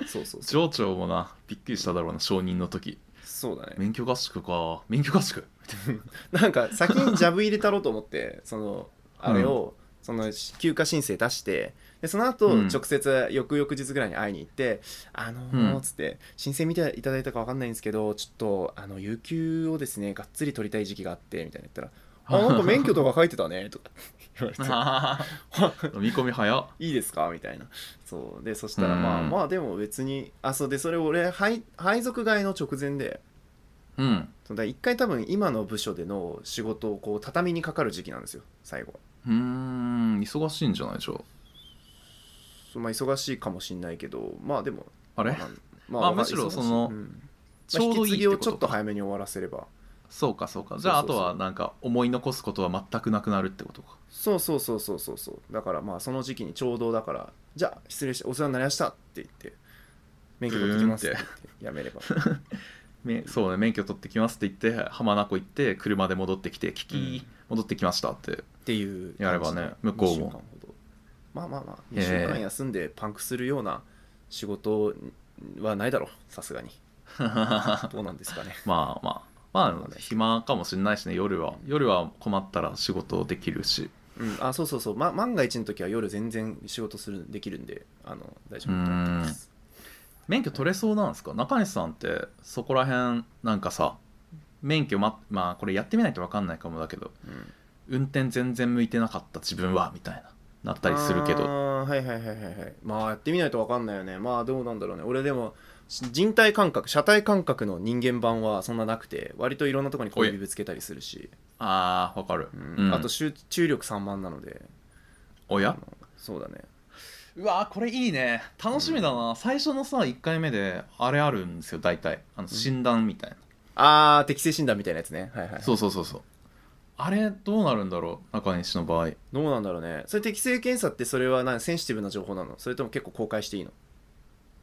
そうそうそう上長もなびっくりしただろうな承認の時そうだね免許合宿か免許合宿なんか先にジャブ入れたろうと思って そのあれを、その休暇申請出してでその後、うん直接翌々日ぐらいに会いに行って「あのーうんつって「申請見ていただいたか分かんないんですけどちょっとあの有給をですねがっつり取りたい時期があって」みたいな言ったら「 あなんか免許とか書いてたね」とか言われて飲み込み早っいいですかみたいなそうでそしたらうんまあまあでも別にあそうでそれ俺配配属外の直前でうんそのだから一回多分今の部署での仕事をこう畳にかかる時期なんですよ最後うーん忙しいんじゃないでしょそうまあ忙しいかもしれないけどまあでもあれまあまあわかんむしろその忙しいうんちょうまあ引どきいいっ継ぎてをこちょとっとか早めに終わらせればそうかそうかじゃああそうとそうそうはなんか思い残すことは全くなくなるってことかそうそうそうそうそうそうだからまあその時期にちょうどだからじゃあ失礼してお世話になりましたって言って免許取ってきますって言ってやめればめそうね免許取ってきますって言って浜名湖行って車で戻ってきて聞き、うん戻ってきましたって っていうやればね向こうも2週間ほどまあまあまあえ2週間休んでパンクするような仕事はないだろうさすが にどうなんですかねまあまあまあ暇かもしれないしね夜は夜は困ったら仕事できるしうんあそうそうそう、ま、万が一の時は夜全然仕事するできるんであの大丈夫だと思ってます免許取れそうなんですか中西さんってそこら辺なんかさ免許ままあこれやってみないと分かんないかもだけどうん運転全然向いてなかった自分はみたいななったりするけあどーはいはいはいはいはいまあやってみないと分かんないよねまあどうなんだろうね俺でもし人体感覚車体感覚の人間版はそんななくて割といろんなとこに小指ぶつけたりするし、あーわかる、うんうんあと集注力散漫なのでおやそうだねうわーこれいいね楽しみだな、最初のさ1回目であれあるんですよ大体あの診断みたいな、ああ適正診断みたいなやつねはいはいそうそうそうそうあれどうなるんだろう中西の場合どうなんだろうねそれ適正検査ってそれは何センシティブな情報なのそれとも結構公開していいの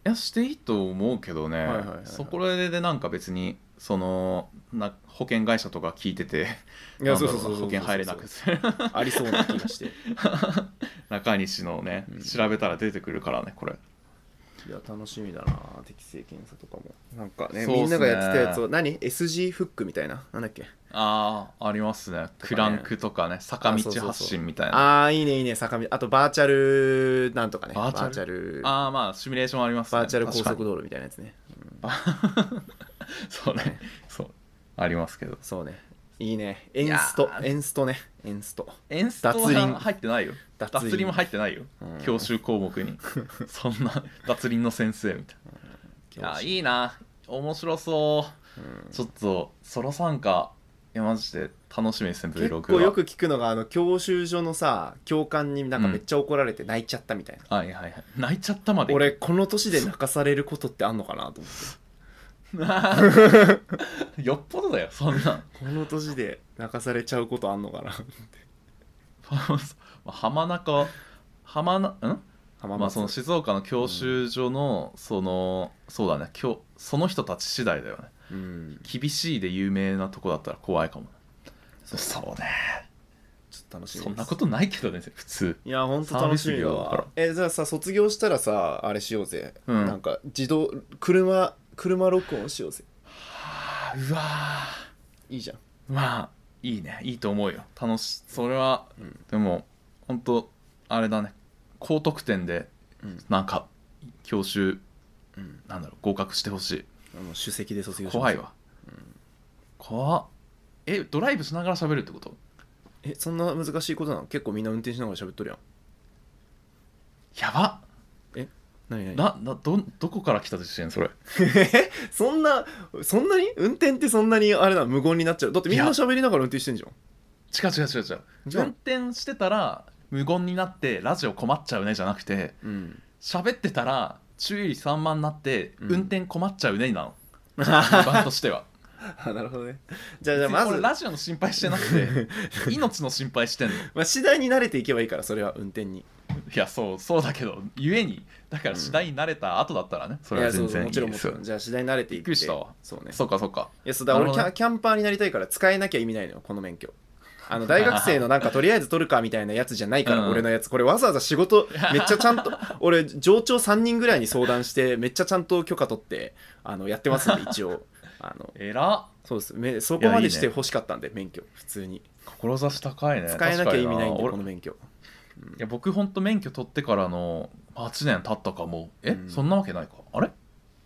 いやしていいと思うけどね、はいはいはいはいそこらでなんか別にそのな保険会社とか聞いてていなんだろ保険入れなくて ありそうな気がして中西のねうん調べたら出てくるからねこれいや楽しみだな適正検査とかもなんかねそうっすねみんながやってたやつを何 SG フックみたいななんだっけああありますねクランクとかね坂道発進みたいなあああいいねいいね坂道あとバーチャルなんとかねバーチャルバーチャルあーまあシミュレーションありますねバーチャル高確かに速道路みたいなやつね、うん そうね。そう。ありますけど。そうねいいねエンストいやーエンストねエンストエンストトは脱輪入ってないよ。脱脱輪輪も入ってないようん。教習項目 に。そんな脱輪の先生みたいな。いや、いいな。面白そう。うんちょっと、ソロ参加、いや、マジで楽しみですね、結 Vlog 構は。よく聞くのがあの教習所のさ教官になんかめっちゃ怒られて泣いちゃったみたいな、はいはいはい。泣いちゃったまで。俺この年で泣かされることってあんのかなと思って よっぽどだよ、そんなん。 この年で泣かされちゃうことあんのかな 浜中、浜な、ん浜松まあその静岡の教習所の、そのそうだね教その人たち次第だよねうん厳しいで有名なとこだったら怖いかもそうねちょっと楽しみですそんなことないけどね普通いや、ほんと楽しみサービスだ業だからわ。え、じゃあさ、卒業したらさ、あれしようぜ。うんなんか、自動、車、車録音しようぜ。あうわいいじゃん。ーまあいいねいいと思うよ楽しそれは、うんでも本当あれだね高得点でうんなんか教習うん。なんだろう合格してほしもう首席で卒い業します怖い。わ、怖っえドライブしながら喋るってことえ、そんな難しいことなの結構みんな運転しながら喋っとるやん。やばっ何何ななどどこから来た自信それそんな、そんなに運転ってそんなにあれな、無言になっちゃう。だってみんないや喋りながら運転してんじゃん。違う違う違う違うじゃあ運転してたら無言になってラジオ困っちゃうねじゃなくて うん。喋ってたら注意散漫になってうん運転困っちゃうねなの、順番としてはあ、なるほどね。 じゃあ、じゃあま別ず、に俺ラジオの心配してなくて命の心配してんのい まあ、次第に慣れていけばいいから、それは運転に。やそうそうだけどゆえにだから次第に慣れた後だったらね、そいれはや、そ全うそ然う、いもいちろんでもすちよろん。じゃあ、次第に慣れていびって。っくりしたわそうね。そうかそうかいやそうだから俺キなるほどャキャンパーになりたいから使えなきゃ意味ないのよこの免許 あの大学生のなんかとりあえず取るかみたいなやつじゃないかうらん俺のやつこれわざわざ仕事めっちゃちゃんと 俺上長3人ぐらいに相談してめっちゃちゃんと許可取ってあのやって ますんで一応あのえらっそうですめそこまいやいいねでして欲しかったんで免許普通に志高いね使えなきゃ意味ない確かにんで俺この免許いや僕ほんと免許取ってからの8年経ったかもうえ、うんそんなわけないかあれ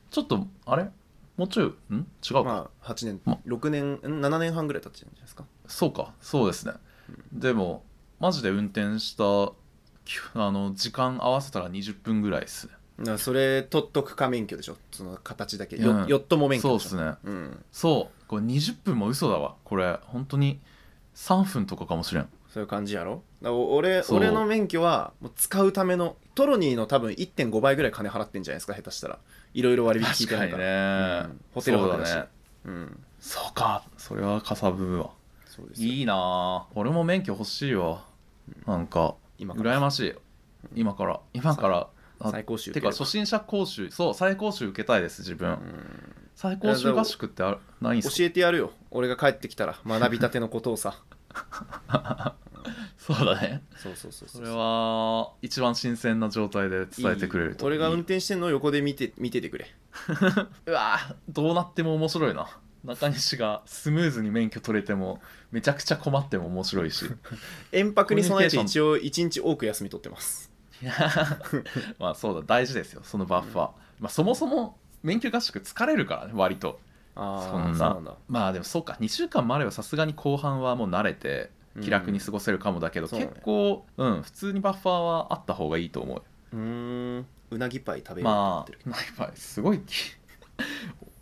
ちょっとあれもうちょいん違うか、まあ8年ま6年ん7年半ぐらい経ってるんじゃないですかそうかそうですね、でもマジで運転したきゅあの時間合わせたら20分ぐらいですねなそれ取っとくか免許でしょその形だけうよんよっとも免そうで許でしょすねうんそうこれ20分も嘘だわこれ本当に3分とかかもしれんそういう感じやろだからお俺そう俺の免許はもう使うためのトロニーの多分1.5倍ぐらい金払ってんじゃないですか下手したらいろいろ割引聞確いてかないにかね、ら、うんホテルそう泊だだしねうんそうかそれはかさぶむわそうですよいいなあ俺も免許欲しいわなんか今から羨ましい今から今からあ最高級てか初心者講習そう再講習受けたいです自分、うん再講習合宿ってあるないんすか教えてやるよ俺が帰ってきたら学びたてのこと をさそうだねそうそうそうそうれは一番新鮮な状態で伝えてくれるといい俺が運いい転してんのを横で見て見ててくれうわーどうなっても面白いな中西がスムーズに免許取れてもめちゃくちゃ困っても面白いし遠泊に備えてコミュニケーシ一応1日多く休み取ってますいや まあそうだ大事ですよそのバッファー、まあ、そもそも免許合宿疲れるからね割とああそんなそうなんだまあでもそうか2週間もあればさすがに後半はもう慣れて気楽に過ごせるかもだけど、うんそうね結構うん普通にバッファーはあった方がいいと思ううーんうなぎパイ食べようと思まってるあけナイ ファイすごい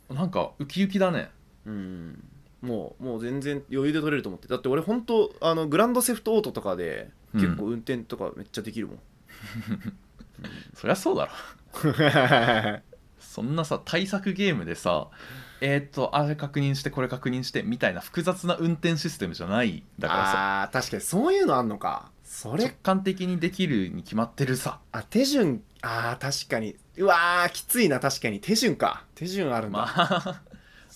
なんかウキウキだねど、うんもうもう全然余裕で取れると思ってだって俺本当あのグランドセフトオートとかでうん結構運転とかめっちゃでき るもん、そりゃそうだろそんなさ対策ゲームでさえーっとあれ確認してこれ確認してみたいな複雑な運転システムじゃないだからさあー確かにそういうのあんのかそ直感的にできるに決まってるさあ手順あー確かにうわーきついな確かに手順か手順あるんだ、まあ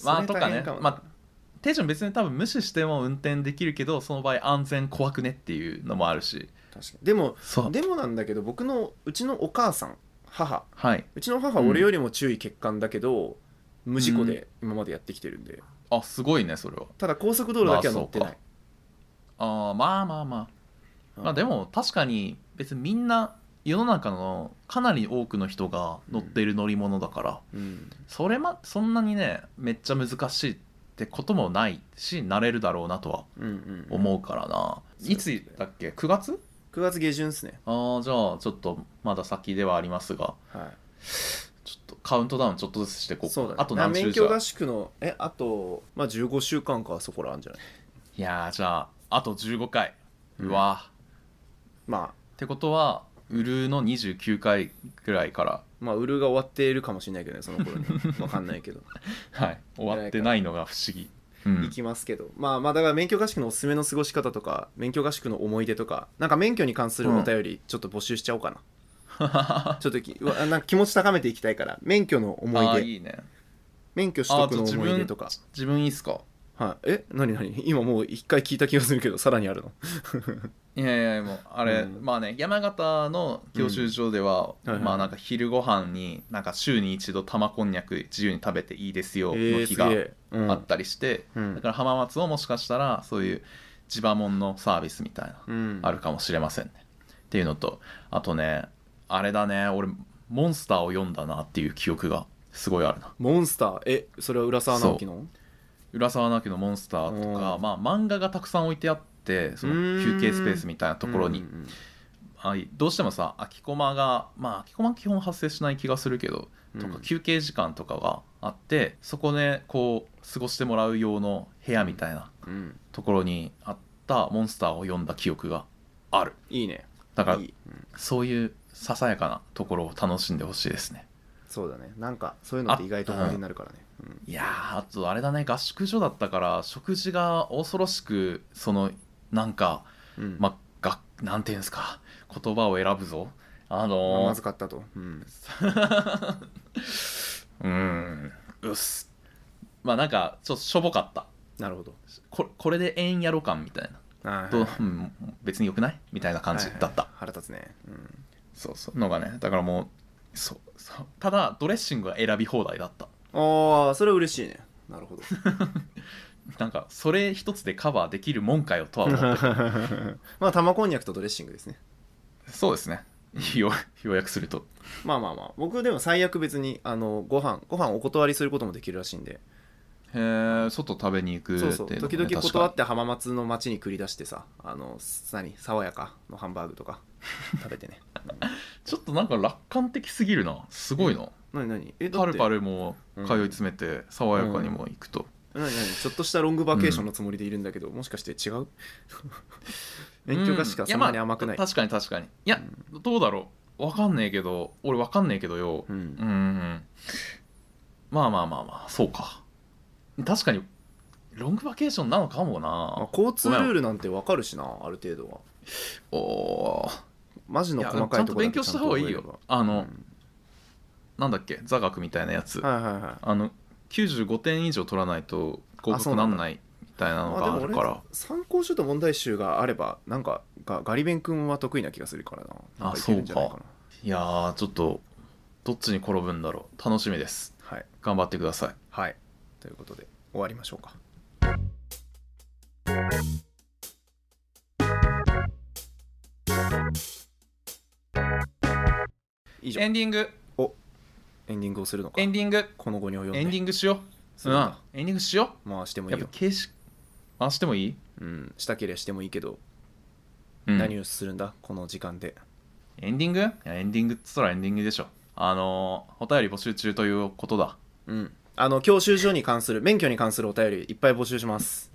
まあそれ大変とかねもまあ手順別に多分無視しても運転できるけどその場合安全怖くねっていうのもあるし確かにでもそうでもなんだけど僕のうちのお母さん母はいうちの母うん俺よりも注意欠陥だけど、無事故で今までやってきてるんで、あすごいねそれはただ高速道路だけは乗ってない、あーまあまあまあうんまあでも確かに別にみんな世の中のかなり多くの人が乗ってる乗り物だから、うんそれまそんなにねめっちゃ難しいってこともないし慣れるだろうなとはうんうんうん思うからな、うんいつだっけ9月9月下旬ですねあーじゃあちょっとまだ先ではありますがはちょっとカウントダウンちょっとずつしてこいそうだねあと何週免じゃ許あ合宿のえあとまあ15週間かそこらあるんじゃないいやーじゃああと15回うんうわー、まあってことはウルーの29回ぐらいからまあ売るが終わっているかもしれないけどねその頃に わかんないけどはい終わってないのが不思議、うん 行きますけどまあまあだから免許合宿のおすすめの過ごし方とか免許合宿の思い出とかなんか免許に関するお便りちょっと募集しちゃおうかな、ちょっときうわなんか気持ち高めていきたいから免許の思ああい出いいね免許取あ得の自思い出分とか自分いいっすかはい、え何何今もう一回聞いた気がするけどさらにあるのいやいやいやもうあれ、うんまあね山形の教習所では、うんはいはいまあなんか昼ご飯になんか週に一度玉こんにゃく自由に食べていいですよえのー、日すがげえ、うん、あったりして、うんだから浜松をもしかしたらそういう地場もんのサービスみたいな、うんあるかもしれませんねっていうのとあとねあれだね俺モンスターを読んだなっていう記憶がすごいあるなモンスターえそれは浦沢直樹の浦沢直樹のモンスターとか、うんまあ漫画がたくさん置いてあってその休憩スペースみたいなところにうんうんうんはい、どうしてもさ空きコマがまあ空きコマは基本発生しない気がするけど、とうかん休憩時間とかがあってそこでこう過ごしてもらう用の部屋みたいなうんところにあったモンスターを読んだ記憶があるいいねだからいい、うんそういうささやかなところを楽しんでほしいですねそうだねなんかそういうのって意外と思い出になるからね、うんいやーあとあれだね合宿所だったから食事が恐ろしくそのなんかうんまあがなんていうんですか言葉を選ぶぞあまのーまずかったと、うん うーんうっすまあなんかちょっとしょぼかったなるほどここれでええんやろ感みたいなあーどはういはいうん別によくないみたいな感じだった、はいはい腹立つね、うん、そうそうのがねだからもうそうそうただドレッシングは選び放題だったああそれは嬉しいねなるほどなんかそれ一つでカバーできるもんかよとは思 ってまあ玉こんにゃくとドレッシングですねそうですねよ要約するとまあまあまあ僕でも最悪別にあのご飯ご飯お断りすることもできるらしいんでへえ外食べに行くっていそのううそうもね時々断っ確かて浜松の町に繰り出してさあのす何爽やかのハンバーグと か食べてねにちょっとなんか楽観的すぎるなすごいな何何えだっパてルパルも通い詰めて爽やかにも行くと、何何ちょっとしたロングバケーションのつもりでいるんだけど、もしかして違う勉強がしかそんなに甘くないやまあ確かに確かにいや、どうだろうわかんねえけど俺わかんねえけどよううんんうんまあまあまあまあそうか確かにロングバケーションなのかもまあな交通ルールなんてわかるしなある程度はおーマジいのや細ちかゃいんとところ勉強した方がいいよあの、なんだっけ座学みたいなやつ、はいはいはいあの95点以上取らないと合あそ格うななんだんないみたいなのまあでがあもる俺から参考書と問題集があればなんかがガリ勉君は得意な気がするからななんいけるんじゃないあいやーちょっとどっちに転ぶんだろう楽しみですなはい頑張ってくださいはいということで終わりましょうか以上エンディングエンディングをするのかエンディングこの後に及んでエンディングングしよう。そううんだ、エンディングしよ回してもう。いいやっよぱ形式回してもいいうん、したけりゃしてもいいけど、うん何をするんだこの時間でエンディングいやエンディングっつったらエンディングでしょあのーお便り募集中ということだうんあの教習所に関する免許に関するお便りいっぱい募集し ます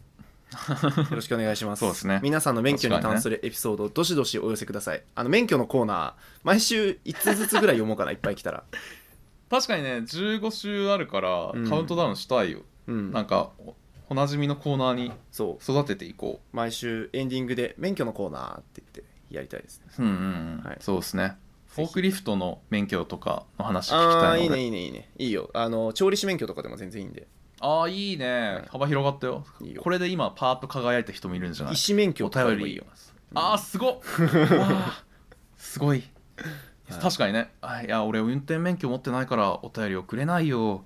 よろしくお願いしますそうですね皆さんの免許に確かにね関するエピソードをどしどしお寄せくださいあの免許のコーナー毎週1つずつぐらい読もうかないっぱい来たら確かにね15週あるからうんカウントダウンしたいよ、うんなんかおおなじみのコーナーにそう育てていこ毎週エンディングで免許のコーナーって言ってやりたいですねううんうん、うんはいそうですねフォークリフトの免許とかの話聞きああたーいいいのでねいいねいいねいいよあの調理師免許とかでも全然いいんでああいいね、い幅広がったよいいよこれで今パーッと輝いた人もいるんじゃない医師免許おとかで便もりいいよあーす ごっわあすごいはい確かにねあいや俺運転免許持ってないからお便りをくれないよ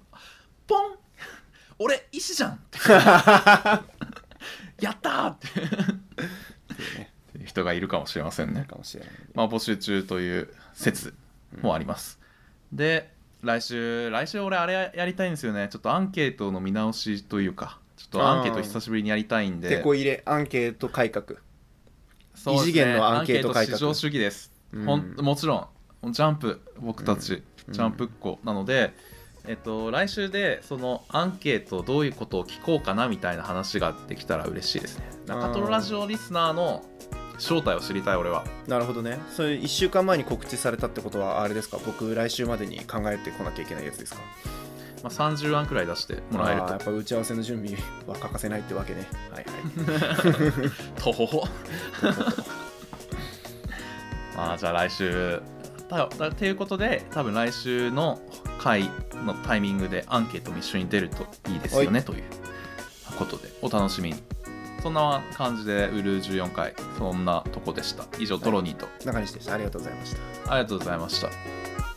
ポン俺医師じゃんやったーってねっていう人がいるかもしれませんね かもしれないんでまあ募集中という説もあります、で来週来週俺あれやりたいんですよねちょっとアンケートの見直しというかちょっとアンケート久しぶりにやりたいんでてこ入れアンケート改革そうですね異次元のアンケート改革アンケート至上主義です、うんほんもちろんジャンプ僕たち、うんジャンプっ子なので、えっと、来週でそのアンケートどういうことを聞こうかなみたいな話ができたら嬉しいですね中トロラジオリスナーの正体を知りたい俺はなるほどねそれ1週間前に告知されたってことはあれですか僕来週までに考えてこなきゃいけないやつですかまあ、30案くらい出してもらえるあーやとっ。ぱ打ち合わせの準備は欠かせないってわけね はいはいと ほほ。まあじゃあ来週。ただということで多分来週の回のタイミングでアンケートも一緒に出るといいですよねということでお楽しみに。そんな感じでウルー14回そんなとこでした。以上トロニーと、中西でしたありがとうございましたありがとうございました。